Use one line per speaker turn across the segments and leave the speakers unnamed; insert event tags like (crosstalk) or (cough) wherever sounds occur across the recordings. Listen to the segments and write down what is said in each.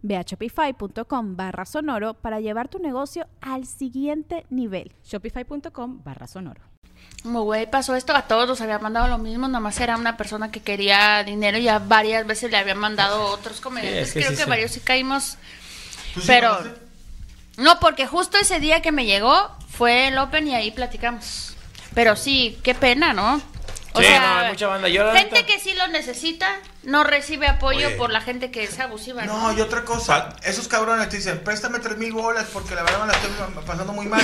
Ve a shopify.com barra sonoro para llevar tu negocio al siguiente nivel.
Shopify.com barra sonoro.
Como güey, pasó esto, a todos nos habían mandado lo mismo, nada más era una persona que quería dinero y ya varias veces le habían mandado otros comediantes.
es que
Creo
sí,
que
sí.
varios sí caímos,
¿Tú Pues sí
pero...
conoces?
No, porque justo ese día que me llegó fue el Open y ahí platicamos. Pero sí, qué pena, ¿no?
Sí, no, hay mucha banda. Yo, la
gente
neta-
que sí lo necesita no recibe apoyo
Oye.
por la gente que es abusiva.
No, y otra cosa, esos cabrones te dicen, préstame tres mil bolas porque la verdad me la estoy pasando muy mal.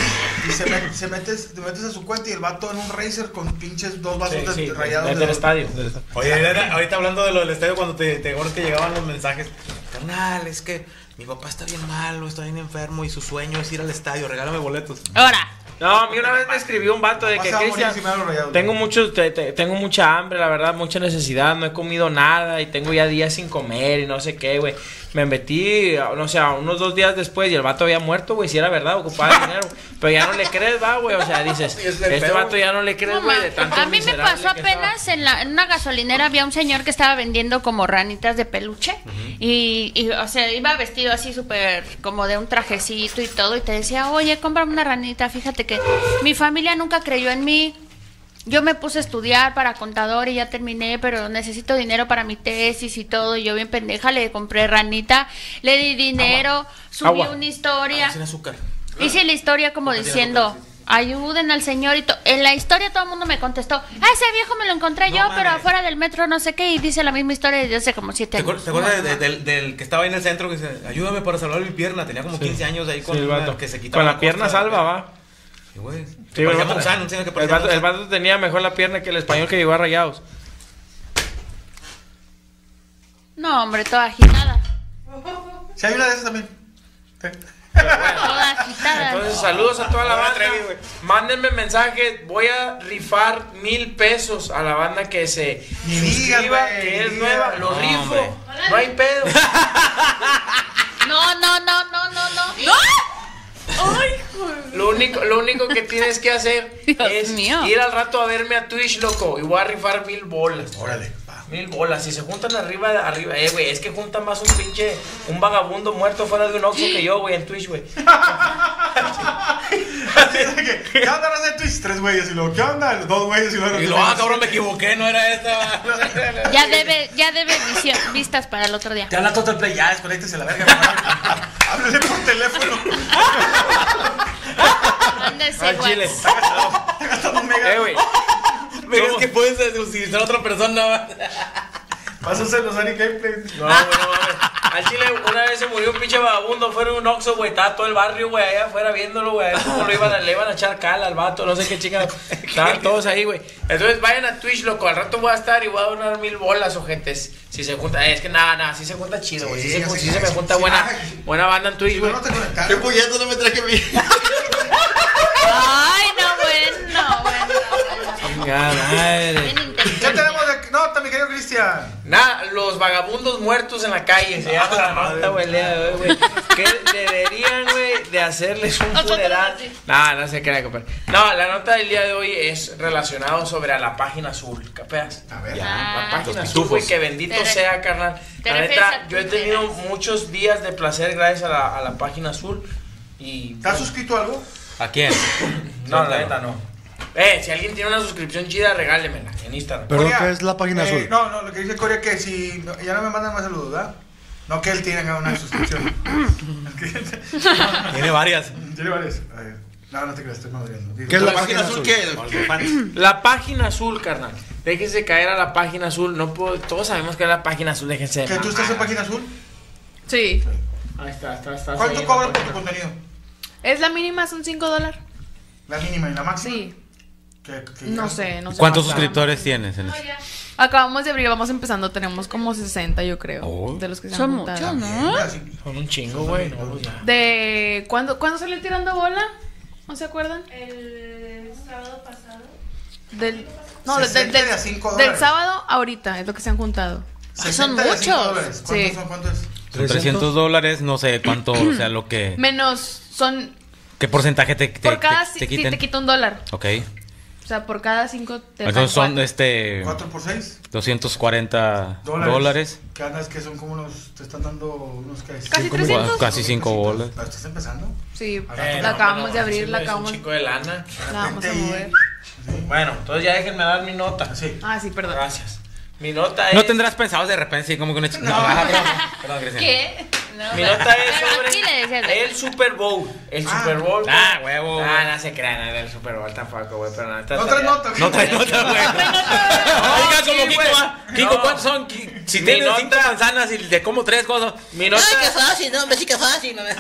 Y se, met- se metes, te metes a su cuenta y el vato en un racer con pinches dos vasos de, rayados.
del,
de-
estadio.
Oye, ahorita- ahorita hablando de lo del estadio, cuando te, te acuerdas que llegaban los mensajes, carnal, es que mi papá está bien malo, está bien enfermo y su sueño es ir al estadio, regálame boletos.
Ahora,
No, a mí una vez me escribió un vato de
Vas
que
a morir
Cristian,
si me dan los rayados".
tengo mucho, te- te- tengo mucha hambre, la verdad, mucha necesidad, no he comido nada y tengo ya días sin comer y no sé qué, güey. Me metí, no sé, unos dos días después y el vato había muerto, güey, si era verdad, ocupaba dinero, pero ya no le crees, va, güey, o sea, dices,
(laughs) Es el
este
pedo,
vato
güey.
ya no le crees,
No,
güey,
ma,
de tanto
a mí me
miserable
pasó
que estaba.
apenas en, la- en una gasolinera había un señor que estaba vendiendo como ranitas de peluche y, y, o sea iba vestido así súper como de un trajecito y todo y te decía oye cómprame una ranita fíjate que mi familia nunca creyó en mí yo me puse a estudiar para contador y ya terminé, pero necesito dinero para mi tesis y todo. Y yo bien pendeja le compré ranita, le di dinero, subí
Agua.
una historia.
Ah, Sin azúcar.
Hice la historia como
Porque tiene
diciendo,
razón, sí,
ayuden al señor y to- en la historia todo el mundo me contestó, ah, ese viejo me lo encontré
No
yo, pero
mames.
afuera del metro no sé qué, y dice la misma historia desde hace como siete
¿Te
años.
acuerdas, te acuerdas de- del, del que estaba ahí en el centro que dice, ayúdame para salvar mi pierna? Tenía como 15 años ahí con
Sí, el
una
vato.
que se quitaba
Con la pierna
costa.
salva, va.
Sí, güey.
Sí,
Que
el,
parecía
vato,
Maussan, un señor que
el
parecía
vato- el
Maussan.
vato tenía mejor la pierna que el español que llegó a Rayados.
No, hombre, toda agitada.
Si hay una de esas también.
Toda agitada.
Entonces, saludos a toda la
Ahora
banda.
Trevi, güey.
Mándenme mensajes. Voy a rifar mil pesos a la banda que se
Ni digas,
inscriba,
güey,
que
ni
es
digas.
nueva. Lo
No,
rifo.
hombre.
No hay pedo.
No, no, no, no, no, no.
Lo único, lo único que tienes que hacer
Dios
es
mío.
ir al rato a verme a Twitch, loco. Y voy a rifar mil bolas.
Órale, va.
Mil bolas, si se juntan arriba, arriba, eh, güey, es que juntan más un pinche, un vagabundo muerto fuera de un oxo que yo, güey, en Twitch, güey.
(laughs) Así es de que, ¿Qué onda las de Twitch? Tres güeyes y luego, ¿qué onda? Los Dos güeyes y luego.
Y lo, ah, cabrón, me equivoqué, no era esta.
Ya debe, ya debe visio- vistas para el otro día.
Te habla Total Play, (laughs) ya desconectese a la verga. (laughs) cabrón. Háblele por teléfono. (laughs)
Mándese,
Al
guay.
chile.
Está gastando un mega.
Eh, güey.
(laughs) Me digas que puedes utilizar a otra persona.
Pásase los Ari Gameplays.
No, güey, no mames. Al chile una vez se murió un pinche vagabundo fuera de un oxo, güey. Estaba todo el barrio, güey, allá afuera viéndolo, güey. a ver cómo lo iban a, le iban a echar cal al vato, no sé qué chica.
(laughs)
Estaban todos ahí, güey. Entonces vayan a Twitch, loco. Al rato voy a estar y voy a donar mil bolas, o gentes. Si se junta, eh, es que nada, nada, si se junta chido, güey. Si
Sí,
se,
ya
jun-
sé
sí
que
se me
sí,
junta
sí,
buena,
ay.
buena banda en Twitch,
Yo
güey.
no te conectaste.
Estoy apoyando, no me traje mi.
Ay, no, bueno, bueno.
Chingada madre.
Bien
¿Qué
inteligente.
tenemos de nota, mi querido Cristian?
Nada, los vagabundos muertos en la calle. Se llama la nota, güey, el día de hoy, güey. Que deberían, güey, de hacerles un
Nosotros
funeral.
así.
No, no se crea, compadre. No, la nota del día de hoy es relacionado sobre a la página azul, capeas.
A ver.
La
Ah,
página
los
azul, güey,
pitufos.
que bendito
Te re-
sea, carnal.
te
La
refieres
neta,
a
yo he
Twitter.
tenido muchos días de placer gracias a la, a la página azul. Y. pues,
¿Estás suscrito a algo?
¿A (laughs) quién?
No, la neta, no. Eh, si alguien tiene una suscripción chida, regálemela en Instagram.
Perdón,
Corea,
¿qué es la página
eh,
azul?
No, no, lo que dice Corea que si no- ya no me mandan más saludos, ¿verdad? No que él tenga una suscripción.
Tiene varias.
Tiene varias. A ver. No, no te creas, estoy madriendo. Digo,
¿Qué es la
no,
página azul?
OnlyFans.
La página azul, carnal. Déjense caer a la página azul. No puedo, todos sabemos que es la página azul. Déjense. de
¿Que tú estás en
mamadas.
página azul?
Sí.
Ahí está, está, está. pues.
¿Cuánto
ahí,
cobran
no,
por tu contenido?
Es la mínima, son 5 dólares.
La mínima y la máxima.
Sí.
¿Qué- qué-
No sé, no
¿Cuántos
sé. cuánto.
suscriptores tienes? En este?
Acabamos de abrir, vamos empezando. Tenemos como 60, yo creo.
Oh.
De los que se
Son
han juntado.
muchos, ¿no?
Mira, sí.
Ah,
Son un chingo, güey. No, pues ya.
De. ¿Cuándo, ¿Cuándo salió tirando bola? ¿No se acuerdan?
El sábado pasado.
Del. No,
60
del-
de a cinco
del, del
dólares.
sábado a ahorita es lo que se han juntado.
60 de a cinco
muchos.
dólares. ¿Cuántos
Sí.
son? ¿Cuánto es?
Son 300 dólares, no sé cuánto, o sea, lo que...
Menos son.
¿Qué porcentaje te, te,
por cada.
te-
si-
te
si
quiten?
te quita un dólar.
Ok.
O sea, por cada 5 te dan
Entonces son
cuatro.
este
4 por 6
240
dólares.
dólares.
¿Qué andas? Que son como unos. Te están dando unos. ¿qué?
Casi
Cinco
300.
mil-
Casi cinco
pesitos.
bolas.
¿Estás empezando?
Sí,
Eh,
la
no,
acabamos
pero
de abrir,
sí,
la
es
acabamos.
Un chico de lana.
La vamos a
Vente y-
mover.
Bueno, entonces ya déjenme dar mi nota.
Sí.
Ah, sí, perdón.
Gracias. Mi nota es.
¿No tendrás pensado de repente sí, como que una chica? No, ah, perdón,
(laughs)
perdón, Cristian.
¿Qué? No,
Mi nota es
Pero aquí le decías,
sobre el Super Bowl. El
Ah.
Super Bowl.
Ah, huevo.
Ah, no se crean, el Super Bowl tampoco, güey. Pero no,
No traes nota.
No traes nota, güey. (laughs) Oiga,
sí,
como Kiko,
güey.
ah, Kiko,
No.
¿cuántos son? Ki- Si
Mi
tienes
nota-
cinco manzanas y te como tres cosas.
Mi
(laughs)
nota.
fácil, no, hombre, sí que fácil.
(laughs)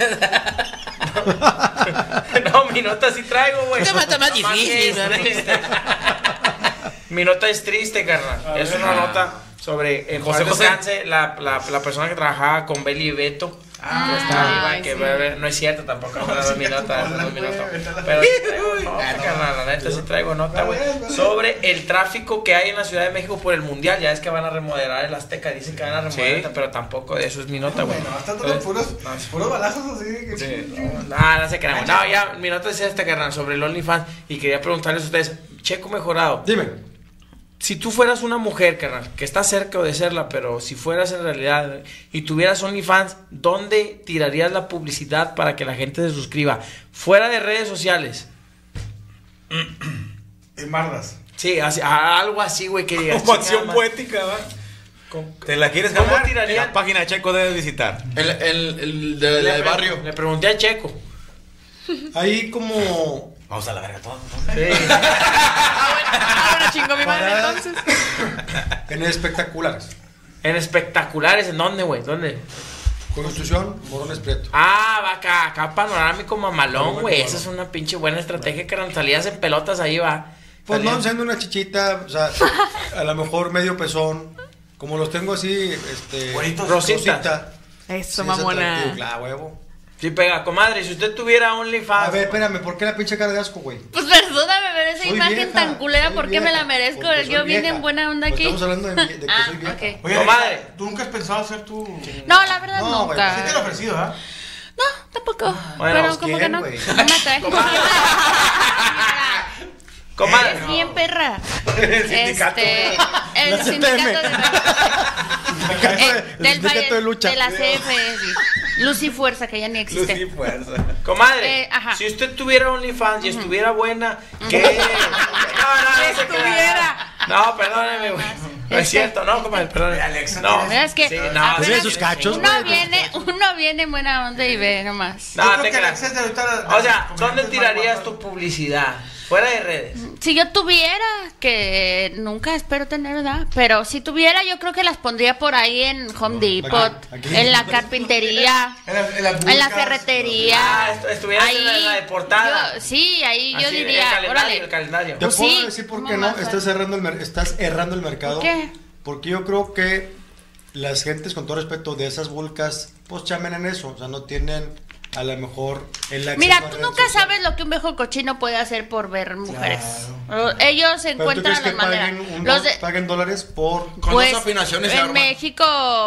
No, mi nota sí traigo, güey.
Qué nota más
Nomás
difícil,
que es
¿verdad?
triste. (laughs) Mi nota es triste, carnal. Es una nota sobre eh, el José
José José.
José la, la, la persona que trabajaba con Beli y Beto. que está viva,
ay,
que
sí.
bebe- no es cierto tampoco, no,
sí,
mi nota,
como
no,
la
mi nota.
bebe, la-
Pero sí traigo nota,
Ah, no.
carnal, la neta sí traigo nota, güey.
Vale, vale.
Sobre el tráfico que hay en la Ciudad de México por el Mundial, ya es que van a remodelar el Azteca, dicen que van a remodelar, pero tampoco de eso es mi nota, güey.
Bueno, hasta
Entonces,
todos puros, puros balazos así. que-
Ah, no se crean. güey. No, ya, mi nota es esta, carnal, sobre el OnlyFans. Y quería preguntarles a ustedes, Checo Mejorado,
Dime.
si tú fueras una mujer, carnal, que está cerca de serla, pero si fueras en realidad y tuvieras OnlyFans, ¿dónde tirarías la publicidad para que la gente se suscriba? Fuera de redes sociales.
En bardas.
Sí, así- a- algo así, güey, que digas.
Pasión
chingada,
poética, ¿va?
con-
¿Te la quieres
¿Cómo
ganar?
tiraría?
La página de Checo debes visitar. El, el, el de,
Le pre- Le pregunté a Checo.
Ahí como.
Vamos a la verga todos. (laughs)
Ah, bueno, chingo mi madre
Para-
entonces. pues,
En espectaculares.
(laughs) En espectaculares, ¿en dónde, güey? ¿Dónde?
Constitución, Morones Prieto.
Ah, va acá, acá panorámico mamalón,
Panorámico
güey.
mamalón.
Esa es una pinche buena estrategia, carnal. Salidas en pelotas ahí va.
Pues no,
Salías-
siendo una chichita, o sea, a lo mejor medio pezón. Como los tengo así, este.
Güeritos.
Rosita.
Eso,
Sí, es atractivo,
mamona.
Claro, huevo.
Sí, pega, comadre, si usted tuviera
A
OnlyFans.
ver, espérame, ¿por qué la pinche cara de asco, güey?
Pues perdóname, pero esa
Soy
imagen
vieja,
tan culera,
soy
¿por qué me
vieja,
la merezco?
porque soy
Yo vine
vieja.
en buena onda
Pues
aquí.
Estamos hablando de, de que
ah,
soy vieja. (laughs)
ok.
Oye,
Comadre.
¿tú nunca has pensado hacer tu...? Sí
No, la verdad
No, güey, pues
nunca.
te lo he ofrecido, ¿ah?
No, tampoco.
Bueno,
pero como
¿quién,
que no.
güey?
No me
(laughs)
atrae.
comadre.
Eh,
Eres bien perra.
Pues sindicato,
Este, el
La
sindicato de,
(laughs) Sindicato
eh,
de-
del
sindicato
valle-
de lucha.
de la CFS. Luz y fuerza, que ya ni existe.
fuerza.
Comadre,
Eh, ajá.
si usted tuviera OnlyFans y estuviera buena, ¿qué? No, no, no, se crea.
estuviera.
No, perdóneme, güey. No es cierto, no, comadre, perdóneme.
Alexa,
no.
tienes-
¿Verdad? Es que
Sí,
apenas-
sí,
Tiene sus cachos,
uno
güey.
viene, uno viene en buena onda y ve nomás.
No,
Yo creo
te
que la
creas.
Alexa ahorita la- la-
O sea,
la-
¿dónde
la-
tirarías
la-
tu publicidad? Fuera de redes.
Si yo tuviera, que nunca espero tener, ¿verdad? Pero si tuviera, yo creo que las pondría por ahí en Home Depot,
aquí.
en la
(laughs)
carpintería,
En la- en las
en la
burcas.
ferretería.
Ah, estu- estuvieras en la- en la de portada.
yo- sí, ahí yo
Así,
diría,
el calendario,
órale.
el calendario.
Te
Pues
puedo
sí,
decir por
¿cómo
qué no,
más,
estás cerrando el mer- estás errando el mercado.
¿Por qué?
Porque yo creo que las gentes, con todo respeto, de esas vulcas, pues chamen en eso. O sea, no tienen a lo mejor el acceso
Mira,
a
tú
redes
nunca
sociales.
sabes lo que un viejo cochino puede hacer por ver mujeres. Eh, Ellos
Pero tú crees
encuentran
que
la manera.
paguen, un
Los
dol-
de-
paguen dólares por...
Con
pues,
dos afinaciones se
en
arma.
México,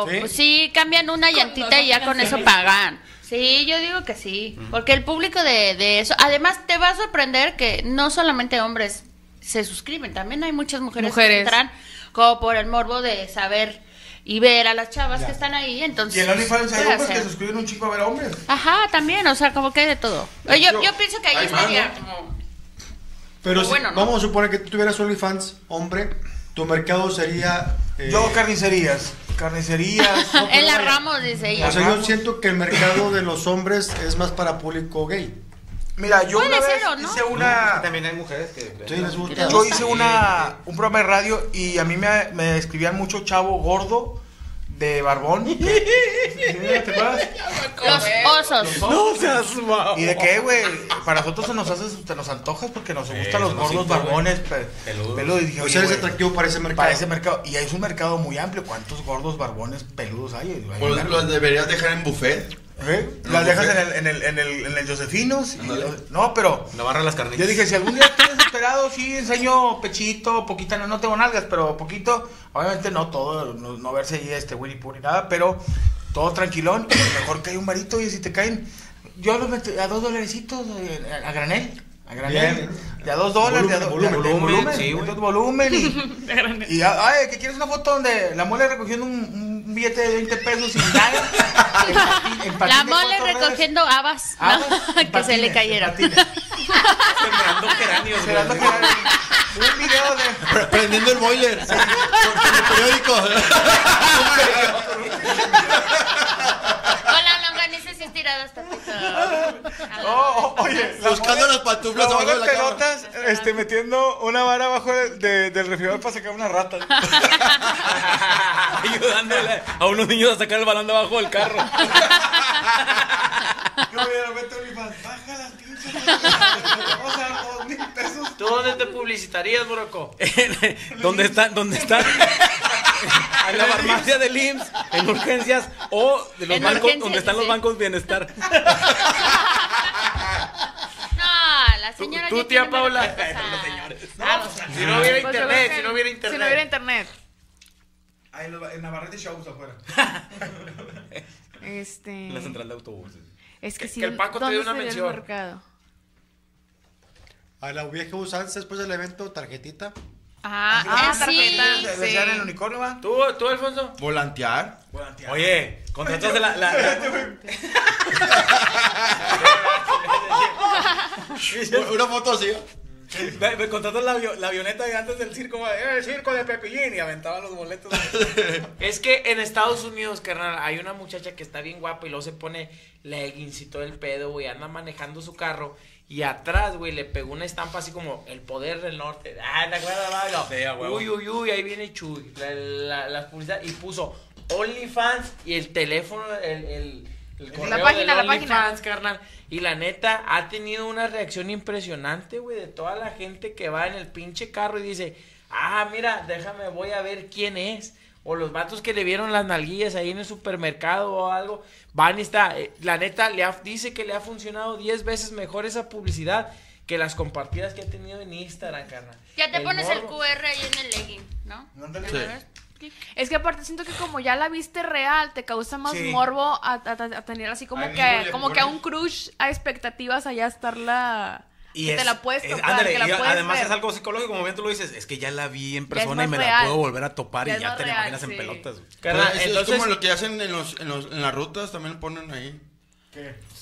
¿Sí?
pues, sí, cambian una llantita y ya con eso pagan. Sí, yo digo que sí, porque el público de, de eso, además te va a sorprender que no solamente hombres se suscriben, también hay muchas mujeres,
Mujeres.
que entran como por el morbo de saber y ver a las chavas
Ya.
que están ahí, entonces...
Y en OnlyFans hay
puede
hombres que
hacer.
suscriben un chico a ver a hombres.
Ajá, también, o sea, como que hay de todo. Eh, Yo, yo pienso que ahí
hay más,
estaría
¿no?
como...
Pero
Pues
si-
bueno, ¿no?
vamos a suponer que tú tuvieras OnlyFans, hombre, tu mercado sería... eh,
Yo, carnicerías. Carnicerías.
(laughs)
no,
en
pero
la
vaya.
Ramos, dice ella.
O sea, yo siento que el mercado de los hombres es más para público gay.
Mira, yo
Puede
una vez
ser, ¿o no?
hice una.
También hay mujeres que.
Yo hice una, un programa de radio y a mí me, me escribían mucho chavo gordo de barbón.
(laughs)
que- ¿Te acuerdas?
Los osos.
No seas
(laughs)
mamón.
¿Y de qué, güey? Para nosotros se nos haces, te nos antojas porque nos gustan los
nos
gordos
sienta,
barbones, pe-
Peludos.
peludos. Y dije,
Pues
oye,
eres
güey,
atractivo para ese mercado.
para ese mercado. Y es un mercado muy amplio. ¿Cuántos gordos barbones peludos hay? Hay un
Pues
verbo.
los deberías dejar en buffet.
¿Eh?
No,
Las dejas
pues,
en el, en el, en el, en el Josefinos. y
Ándale.
los- no, pero
La barra de las carnitas.
yo dije, si algún día estoy desesperado, sí, enseño pechito, poquita, no, no tengo nalgas, pero poquito. Obviamente no todo, no, no verse ahí este Winnie Pooh ni nada, pero todo tranquilón. y a lo mejor cae un marito y si te caen, yo los meto a dos dolarecitos eh, a, a granel. A granel.
Bien.
De a dos dólares, de a do-
Volumen,
de a-
volumen,
volumen,
sí, güey.
entonces volumen
(laughs)
y... Y, ay, que quieres una foto donde la mole recogiendo un, un billete de 20 pesos sin nada. En patín- en patín
La
de
mole
cuatro ruedas.
recogiendo habas, (laughs) ¿no?
Aguas,
que
en
se
patines,
le
en
cayeron.
patines.
Sembrando cráneos, güey.
(laughs)
Esperando que hagan un video de.
(laughs)
Prendiendo el boiler. Porque el periódico. (laughs)
Con las longanices estiradas,
(laughs)
tapito.
Oh, oh, oye, la
Buscando
mole-
las pantuflas
la mole
abajo de la cama.
pelotas, este, metiendo una vara abajo de- de- del refrigerador para sacar una rata.
Ah, Ayudándole a unos niños a sacar el balón de abajo del carro. (laughs)
Yo voy a meter mi pan. Baja las pinches. Vamos a dar dos mil pesos.
¿Tú dónde te publicitarías, Broco?
¿Dónde están? ¿Dónde están? En la farmacia del IMSS, en urgencias o de los
En
bancos,
urgencias,
donde están
sí.
los bancos bienestar.
No, la señora
tú,
ya
tía
tiene
Paula.
varias
(laughs)
cosas. Ah, pues,
Si no hubiera
Pues yo
internet,
creo
si
que-
no hubiera
Si no hubiera
internet.
internet.
Ahí lo, en Navarrete Shows afuera.
Este.
En la central de autobuses.
Es que,
Que-
sí.
que el Paco te
¿dónde
dé una
sería el
mención?
mercado?
A la vieja usanza después del evento, tarjetita.
Ah,
Ah,
ah,
sí.
tarjeta.
¿Se desean el unicornio, va?
¿Tú, tú, Alfonso?
Volantear.
Oye, contrataste la, la- la-
Una foto así.
ve- ve, contratas la, avio- la avioneta de antes del circo, va, "Eh, el circo de Pepillín y aventaban los boletos.
Es que en Estados Unidos, carnal, hay una muchacha que está bien guapa y luego se pone leggings y todo el pedo, güey. Anda manejando su carro y atrás, güey, le pegó una estampa así como el poder del norte. Ah, la claro,
Sí, a huevo.
Uy, uy, uy, ahí viene Chuy. La, la, las publicidades. Y puso OnlyFans y el teléfono, el. el el correo
página,
del
la página.
OnlyFans, carnal. Y la neta, ha tenido una reacción impresionante, güey, de toda la gente que va en el pinche carro y dice, ah, mira, déjame, voy a ver quién es. O los vatos que le vieron las nalguillas ahí en el supermercado o algo, van y está. eh, La neta, le ha- dice que le ha funcionado 10 veces mejor esa publicidad que las compartidas que ha tenido en Instagram, carnal.
Ya te pones el
morbo.
QR ahí en el legging, ¿no?
Ándale.
Es que aparte siento que como ya la viste real, te causa más
Sí.
morbo a, a- a tener así como
Al niño
que
le
como que a
pones-
un crush a expectativas allá estarla
Y
que
es-
te la puedes
es-
tocar,
ándale,
que la
y
puedes
además
ver.
es algo psicológico, como bien tú lo dices, es que ya la vi en persona y me
más real.
la puedo volver a topar
Ya
y
es
ya
más
te la
real,
imaginas
sí.
en pelotas. güey.
Carnal,
Pues, es-
entonces,
es como lo que hacen en, los, en, los, en las rutas, también ponen ahí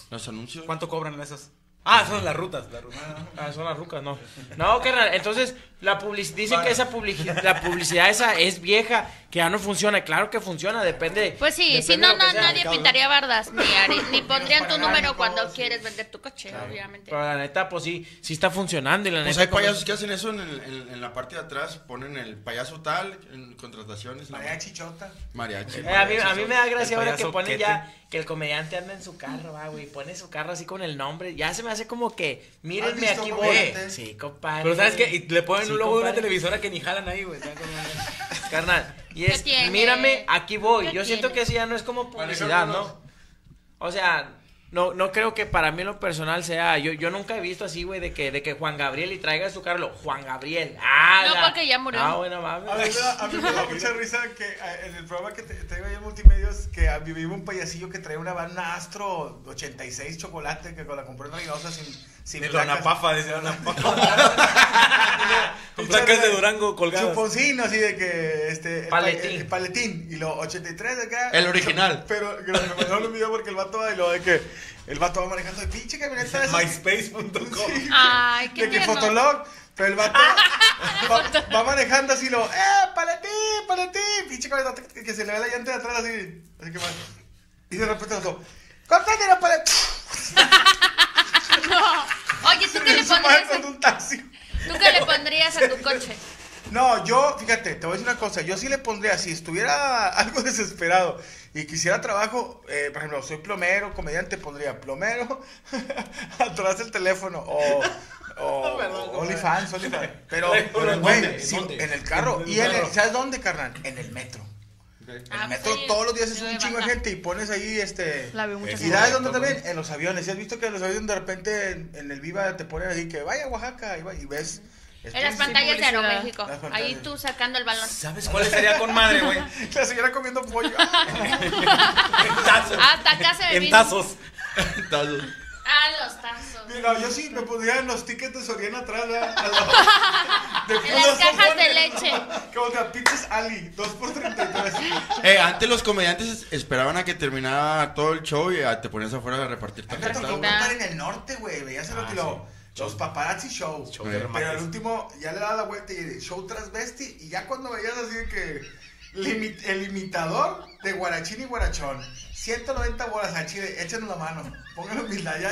los anuncios.
¿Cuánto cobran esas? Ah, son las rutas, las rutas.
Ah, son las rucas, no. No, carnal, entonces la publici- dicen que esa publici- la publicidad esa es vieja, que ya no funciona. Claro que funciona, depende.
Pues sí,
depende
si
de
no,
lo que
no
sea.
nadie pintaría bardas, ni, hari-
(laughs)
ni pondrían tu número cuando
sí.
quieres vender tu coche, obviamente.
Pero la neta, pues sí, sí está funcionando. Y la
Pues
neta,
hay
como-
payasos que hacen eso en, el- en- en la parte de atrás, ponen el payaso tal en contrataciones. la-
María Chichota.
Mariachi.
Eh, a,
(laughs)
mí, a mí me da gracia
El
ahora que
payaso
ponen
Kete.
ya que el comediante anda en su carro, va, güey. Pone su carro así con el nombre. Ya se me hace como que, mírenme
¿Has visto
aquí voy.
comediantes?
Sí, compadre.
Pero ¿sabes qué? Y le ponen
Sí,
un logo de una
compadre.
televisora que ni jalan ahí, güey.
Carnal, y
¿Qué
es,
tiene?
mírame, aquí voy. Yo
¿Qué
siento
tiene?
que eso ya no es como publicidad, ¿no? O sea, no, no creo que para mí en lo personal sea. Yo, yo nunca he visto así, güey, de que, de que Juan Gabriel y traiga su carro. Juan Gabriel. Ah,
No,
la-
porque ya murió.
Ah, bueno,
A mí, me
mames.
da, a mí me da mucha risa que eh, en el programa que te, traigo ahí en multimedios, que a mí vive un payasillo que traía una banda Astro 86 chocolate que la compró en Reynosa sin... sin
De
placas.
Dona Pafa, dice
(laughs)
Dona Pafa. Con
Y
placas de
chale,
Durango colgadas.
Chuponcín, así de que este el
Paletín.
pa- el paletín y lo 83 de acá.
El original.
(laughs) Pero que me mandaron un video porque el vato va y lo de que el vato va manejando de pinche
(laughs)
camioneta de esas-
Myspace.com.
Ay, qué
de que
tierno.
fotolog, pero el
(laughs)
vato va, va manejando así lo, ¡eh, para ti, para ti! Pinche camioneta que, que se le ve la llanta de atrás así, así que va. (laughs) Y de repente lo ¡córtatelo para ti!
Oye, ¿tú qué le
Su madre
pondrías?
con un taxi.
¿Tú qué le pondrías a tu coche?
No, yo, fíjate, te voy a decir una cosa. Yo sí le pondría, si estuviera (laughs) algo desesperado y quisiera trabajo, eh, por ejemplo, soy plomero, comediante, pondría plomero, (laughs) atrás el teléfono o.
(laughs)
O OnlyFans, OnlyFans. Pero, pero, güey, sí, en el carro. ¿Y en el, sabes dónde, carnal? En el metro. En
Ah,
el metro
sí,
todos los días es
yo
un
de
chingo de
banda.
gente y pones ahí este.
La veo mucho.
¿Y sabes dónde también? En los aviones. ¿Sí ¿Has visto que en los aviones de repente en, en el Viva te ponen así que vaya a Oaxaca y, va- y ves.
En las
Entonces,
pantallas de
publicidad.
Aeroméxico.
Las pantallas.
Ahí tú sacando el balón.
¿Sabes cuál sería con madre,
(laughs)
güey?
(laughs) La señora
(laughs)
comiendo pollo. Ah,
Tazos.
Hasta acá se me
En
vino.
tazos.
Tazos.
Ah, los tazos.
No, yo sí me pondría en los tickets de Soriana atrás. ¿verdad? A
(laughs)
la- de
En las
puros
cajas de
cojones.
leche.
Como de pizzas Ali, 2 por 33.
Eh, antes los comediantes esperaban a que terminara todo el show y ah, te ponías afuera a repartir
Me
tarjetas.
tocó
güey.
cantar en el norte, güey. Veías lo que lo- Los paparazzi show.
de
Pero
remates.
al último ya le daba la vuelta y show transvesti. Y ya cuando veías así de que. limi- el imitador de Guarachín y Guarachón. 190 bolas al chile. Échenos la mano. Pónganlo en humildad ya.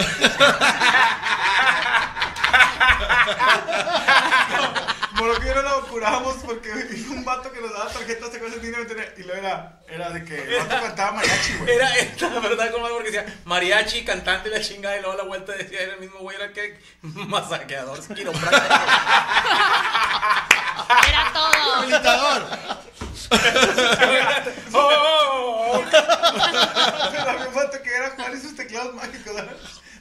Por lo que yo (laughs) no lo curamos porque hizo un vato que nos daba tarjetas de cosas y luego era, era de que el vato cantaba mariachi, güey.
Era esta, (laughs) la verdad, con madre, porque decía mariachi, cantante, y la chingada, y luego a la vuelta decía, era el mismo güey, era el que (laughs) masaqueador, quiropráctico.
(laughs)
(laughs)
Era todo.
Habilitador.
¡Oh, oh, oh, oh!
Pero había un vato que era Juan y sus teclados mágicos. ¿verdad?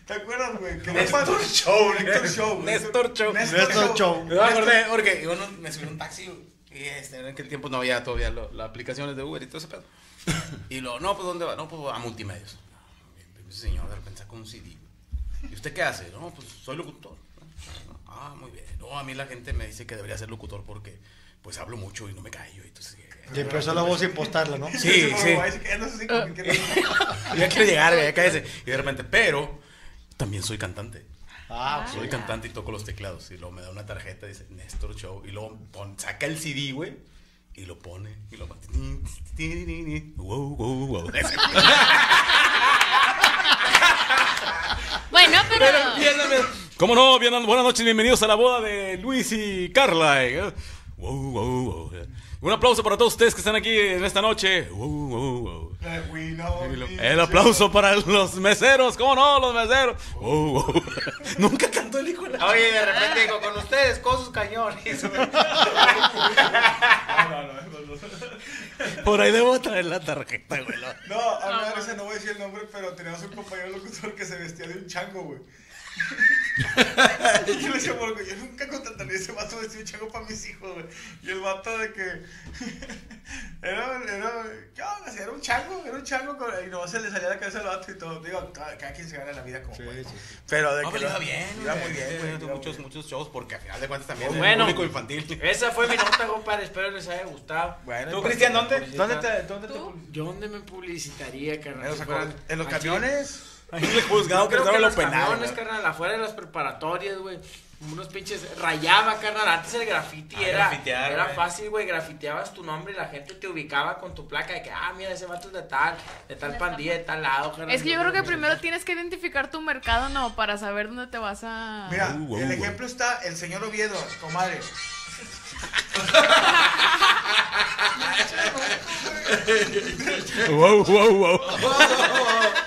¿Te acuerdas, güey? Que
Néstor
era Juan-
Show,
Néstor Show. güey.
Néstor Show.
Néstor,
Néstor
Show.
Yo me acordé porque yo no- me subí en un taxi y este, en aquel tiempo no había todavía lo- las aplicaciones de Uber y todo ese pedo. Y lo, no, pues ¿dónde va? No, pues a multimedios. Ese señor de repente sacó un CD. ¿Y usted qué hace? No, pues soy locutor. Ah, muy bien. No, a mí la gente me dice que debería ser locutor porque pues hablo mucho y no me callo. Y entonces, eh,
Y empezó la voz a impostarla, ¿no?
Sí,
Ese
sí. Ah.
güey, así que no sé si- que no-
Ya quiero llegar, güey, ya cállese. Y de repente, pero también soy cantante.
Ah,
Soy cantante y toco los teclados. Y luego me da una tarjeta, dice Néstor Show. Y luego pon- saca el CD, güey. Y lo pone. Y lo Wow, wow, wow. (laughs) Ese-
Bueno, pero.
¿Cómo no? Bien, buenas noches, bienvenidos a la boda de Luis y Carla. eh. Wow, wow, wow. Un aplauso para todos ustedes que están aquí en esta noche. Wow, wow, wow.
Like we know each
eh,
El aplauso para los meseros, ¿cómo no? Los meseros. Wow, wow. (laughs) Nunca cantó el hijo de la-
Oye, de
Ah.
repente digo, con ustedes, con sus
(laughs)
cañones.
Por ahí debo traer la tarjeta, güey. Ah, lo-
No, a mí me da risa, no voy a decir el nombre, pero teníamos un compañero locutor que se vestía de un chango, güey. y yo le decía, "Morgo, yo nunca contrataría ese vato vestido de chango para mis hijos, güey. Y el vato de que. (laughs) era, era, ¿qué onda? Sí, Era un chango, era un chango. con- Y no se le salía la cabeza al vato y todo. Digo, cada, cada quien se gana la vida como puede. Pero de
No,
pues
que.
pero
lo-
iba bien.
Iba
güey.
muy bien,
Sí,
güey.
tuvo
iba muy
Muchos,
bien.
muchos shows porque al final de cuentas también es
Bueno.
el público
Eh,
(laughs)
infantil.
Esa fue mi nota, compadre. Espero les haya gustado.
Bueno,
¿Tú,
pues,
Cristian, dónde?
publicidad.
¿Dónde te, dónde te
¿Tú?
publicitas?
Yo dónde me publicitaría,
En
carnal.
los, acordes- en los camiones.
Ahí le juzgado
Yo
que
creo
estaba
que
lo
los
penal.
camiones, carnal, afuera de las preparatorias, güey. Unos pinches rayaba, carnal. Antes el graffiti
Ah,
era,
grafitear,
era
güey.
fácil, güey. Grafiteabas tu nombre y la gente te ubicaba con tu placa de que, ah, mira, ese vato es de tal, de tal pandilla, de tal lado, carnal.
Es que yo creo que primero tienes que identificar tu mercado, no, para saber dónde te vas a.
Mira,
Uh, uh,
el
uh.
ejemplo está el señor Oviedo, comadre.
Wow, wow, wow.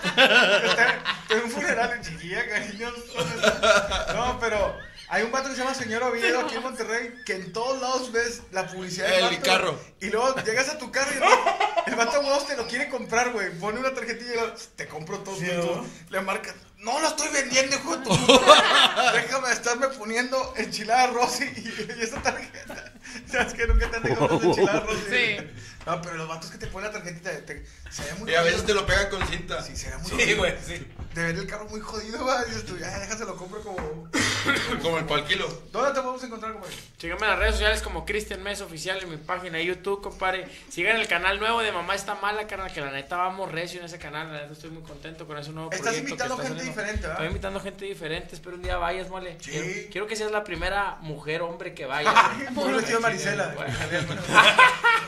Está en un funeral en chiquilla, cariño. No, pero hay un vato que se llama Señor Oviedo aquí en Monterrey que en todos lados ves la publicidad del
El
vato,
carro.
Y luego llegas a tu carro y el, el vato huevos te lo quiere comprar, güey. Pone una tarjetilla y luego, te compro todo. todo". Le marca. No lo estoy vendiendo, hijo de
(laughs)
tu puta". Déjame estarme poniendo enchilada Rosy y, y esa tarjeta. (laughs) Sabes que nunca te han dejado
Wow.
enchilada Rosy.
Sí.
No, pero los vatos que te ponen la tarjetita te- se ve muy
Y a veces te
jodido.
lo pegan con cinta.
Sí, se ve muy
Sí,
jodido.
güey, sí.
De ver el carro muy jodido, va. Dices tú, ya, déjaselo, compro como. (coughs)
Como el palquilo.
¿Dónde te podemos encontrar, compadre?
(laughs) Síganme en las redes sociales como Cristian Mes Oficial en mi página de YouTube, compadre. Sigan el canal nuevo de Mamá Está Mala, carnal, que la neta vamos recio en ese canal. La neta estoy muy contento con ese nuevo
Estás
proyecto. que
invitando
está
gente
saliendo.
diferente, ¿verdad?
Estoy invitando gente diferente. Espero un día vayas, mole.
Sí.
Quiero, quiero que seas la primera mujer, hombre que vaya.
(laughs) Por lo tío Marisela.
Bueno.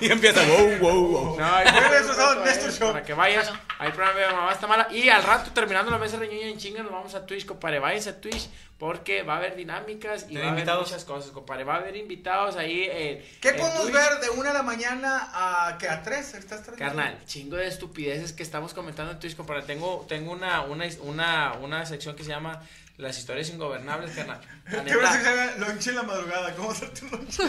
Y empieza. Wow, wow, wow.
No, ahí
Bueno,
voy,
eso es
pronto,
todo, Néstor
ahí,
Show.
Para que vayas al programa de Mamá Está Mala. Y al rato, terminando la mesa reñuña en chinga, nos vamos a Twitch, compadre. Váyanse a Twitch, Porque va a haber dinámicas y
¿Tener
va a haber
invitados?
muchas cosas, compadre. Va a haber invitados ahí. En, (laughs)
¿Qué
en
podemos
Twitch.
ver de una de la mañana a que a tres? ¿Estás tres? (laughs)
Carnal, chingo de estupideces que estamos comentando en Twitch, compadre. Tengo, tengo una, una, una, una sección que se llama Las historias ingobernables, carnal. La
(laughs) ¿Qué hora
neta,
se llama? Lonche en la madrugada. ¿Cómo hacerte
(laughs)
un lonche?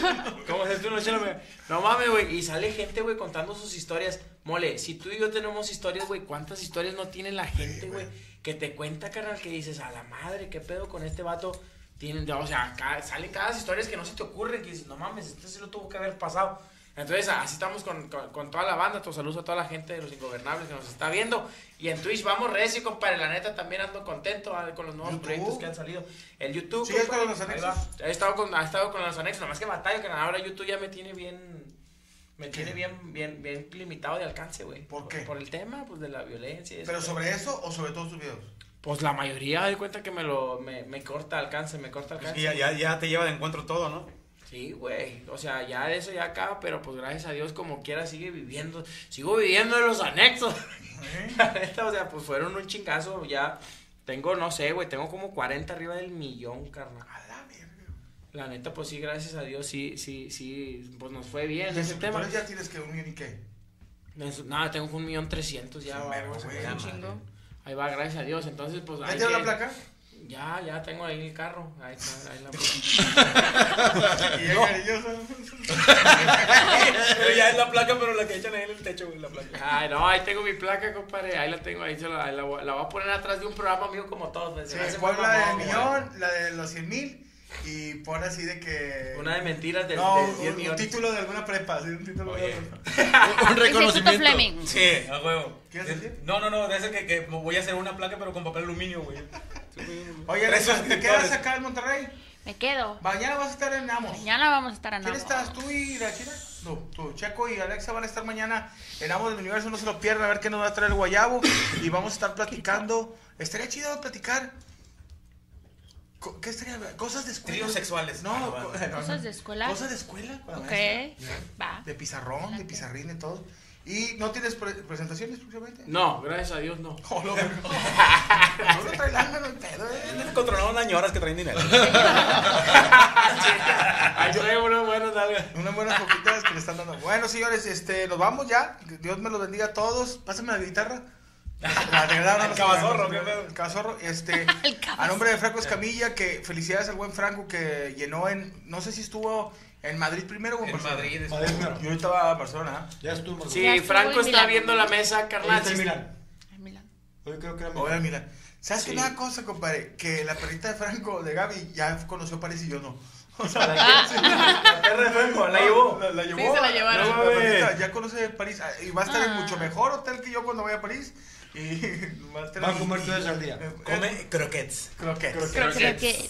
¿Cómo haces tú no chelo, güey? No mames, güey. Y sale gente, güey, contando sus historias. Mole, si tú y yo tenemos historias, güey, ¿cuántas historias no tiene la gente, güey? Que te cuenta, carnal, que dices, a la madre, ¿qué pedo con este vato? Tienen, o sea, ca- salen cada historias que no se te ocurre, que dices, no mames, esto sí lo tuvo que haber pasado. Entonces, así estamos con, con- con toda la banda. Tus saludos a toda la gente de los ingobernables que nos está viendo. Y en Twitch vamos recio, compadre. La neta también ando contento ah, con los nuevos proyectos que han salido. El YouTube.
¿Sigues con
compadre,
los
ahí
anexos?
va. He estado con, ha estado con los anexos, nomás que batalla, que ahora YouTube ya me tiene bien. Me tiene bien, bien, bien limitado de alcance, güey. ¿Por qué? Por, el tema, pues, de la violencia. y
¿Pero sobre eso o sobre todos tus videos?
Pues la mayoría de cuenta que me lo, me, me corta alcance, me corta alcance.
Y ya, ya, ya te lleva de encuentro todo, ¿no?
Sí, güey. O sea, ya de eso ya acaba, pero pues gracias a Dios, como quiera, sigue viviendo. Sigo viviendo en los anexos. (laughs) La neta, o sea, pues fueron un chingazo. Ya tengo, no sé, güey, tengo como 40 arriba del millón, carnal. La neta, pues sí, gracias a Dios, sí, sí, sí, pues nos fue bien en ese tema.
Entonces ya tienes que unir y qué.
Eso- Nada, tengo un millón trescientos ya. va, güey,
güey,
es
la
un chingo. Ahí va, gracias a Dios. Entonces, pues.
¿Ya
hay
tienes
que-
la
(laughs)
placa?
Ya, ya tengo ahí el carro. Ahí está, ahí la placa.
Y es cariñoso.
pero ya es la placa, pero la que echan ahí en el techo, güey, la placa. Ay, no, ahí tengo mi placa, compadre. Ahí la tengo, ahí se la, ahí la, voy- la voy a poner atrás de un programa mío como todos. güey. Se
Sí,
me hace
pon
muy
la del
mamón, güey.
millón, la de los cien mil y pon así de que...
Una de mentiras del-
No,
de
un-
10
un,
millones.
título de alguna prepa, sí, un título de alguna prepa.
Un
reconocimiento. Fleming.
Sí,
Ah,
a huevo. No, no, no, de ese que, que voy a hacer una placa pero con papel aluminio, güey.
Oye, Alexa,
Tres
¿te
suscriptores.
quedas acá en Monterrey?
Me quedo.
Mañana vas a estar en Amos.
Mañana vamos a estar en
¿Quién
Amos.
estás? ¿Tú y la China? No, tú, Checo y Alexa van a estar mañana en Amos del Universo, no se lo pierdan, a ver qué nos va a traer el guayabo y vamos a estar platicando. Estaría chido platicar. Co- ¿Qué estaría? Cosas de escuela.
Tríos sexuales.
No,
Ah,
co- (laughs)
va.
no,
¿Cosas
no.
de escuela?
Cosas de escuela. con la
Ok,
maestra.
va.
De pizarrón, de pizarrín, de todo. ¿Y no tienes pre- presentaciones próximamente?
No, gracias a Dios, no. (laughs)
(laughs) No lo trae lana, no hay pedo, eh.
Controlaron unas ñoras que traen dinero.
Ahí traigo unas buenas, dale.
Unas buenas coquitas que le están dando. Bueno, señores, este, nos vamos ya. Dios me los bendiga a todos. Pásame la guitarra. La regalada, no
El
nos
cabazorro,
regalamos,
¿qué pedo?
El cabazorro. Este, a nombre de Franco Escamilla, que felicidades al buen Franco que llenó en. No sé si estuvo en Madrid primero o en, Barcelona.
Madrid, después.
Madrid primero. Y ahorita va a Barcelona. Ya estuvo
Sí, Franco está viendo la mesa, carnal.
Ahorita en Milán.
Milán.
Hoy creo que era Milán. ¿Sabes qué? Una cosa, compadre, que la perrita de Franco, de Gaby, ya conoció París y yo no. O sea, sí.
La perra de Franco, la llevó.
La, la llevó.
Sí, se la llevaron.
La-
No
la
mames.
perrita ya conoce París ah, y va a estar en mucho mejor hotel que yo cuando vaya a París. Y (laughs) va a, estar
Va a comer tres al día.
Come croquettes.
Croquettes.
Eh, Croquettes.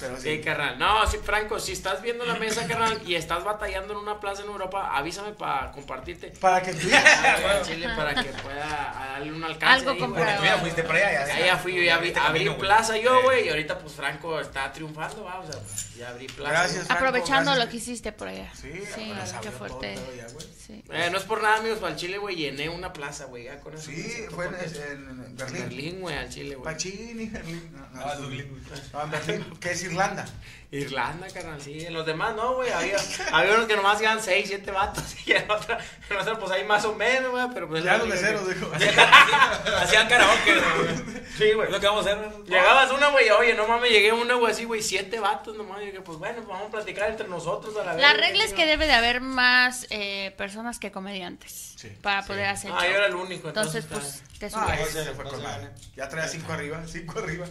Pero
sí, carnal. No, sí, Franco, si estás viendo la mesa, carnal, y estás batallando en una plaza en Europa, avísame para compartirte.
Para que tú
(laughs) Ah, Chile, para que pueda darle un alcance.
Algo
ahí, güey. pues,
comprado. Porque tú ya fuiste
para allá, ya.
Ya, ya fui, yo ya abrí,
Ah,
Abriste
abrí
camino, güey.
plaza yo,
Sí.
güey, y ahorita pues Franco está triunfando, va, o sea, ya abrí plaza.
Gracias, Franco,
Aprovechando
gracias.
lo que hiciste por allá. Sí,
nos
qué
abrió
fuerte.
todo, ya, güey.
Sí.
Eh, no es por nada, amigos, al Chile, güey, llené una plaza, güey, ya con eso. me
Sí,
siento
fue en,
contento.
en- en
Berlín.
Berlín.
güey, al Chile, güey.
Pachini, Berlín. No, no,
Ah,
es
Dublín,
Dublín. No, en Berlín, que es Irlanda.
Irlanda, carnal, sí. Los demás no, güey. Había, había unos que nomás quedan 6, 7 vatos. (laughs) Y en otra, en otra, pues hay más o menos, güey. Pero pues.
Ya
es la
los
única
meseros,
que-
dijo.
(laughs)
Ah,
Hacían karaoke, güey.
Sí, güey.
Es lo que vamos a hacer. ¿no?
Llegabas una, güey. Oye, no mames, llegué una, güey, así, güey. 7 vatos nomás. Y dije, pues bueno, pues, vamos a platicar entre nosotros a la vez.
La regla es que debe de haber más eh, personas que comediantes para poder hacer
Ah,
show.
yo era el único,
Entonces,
entonces,
pues, te
Ah,
subes.
ese fue con madre. Ya traía cinco
Ah.
arriba,
(laughs)
cinco arriba.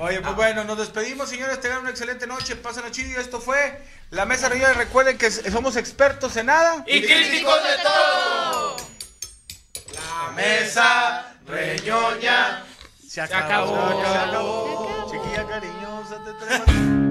Oye, pues bueno, nos despedimos, señores. Tengan una excelente noche. Pásenlo chido. Esto fue La Mesa Reñoña. Recuerden que s- somos expertos en nada.
Y críticos de todo.
La Mesa Reñoña. Se acabó.
acabó. (laughs)
Se acabó. Chiquilla cariñosa, te traigo.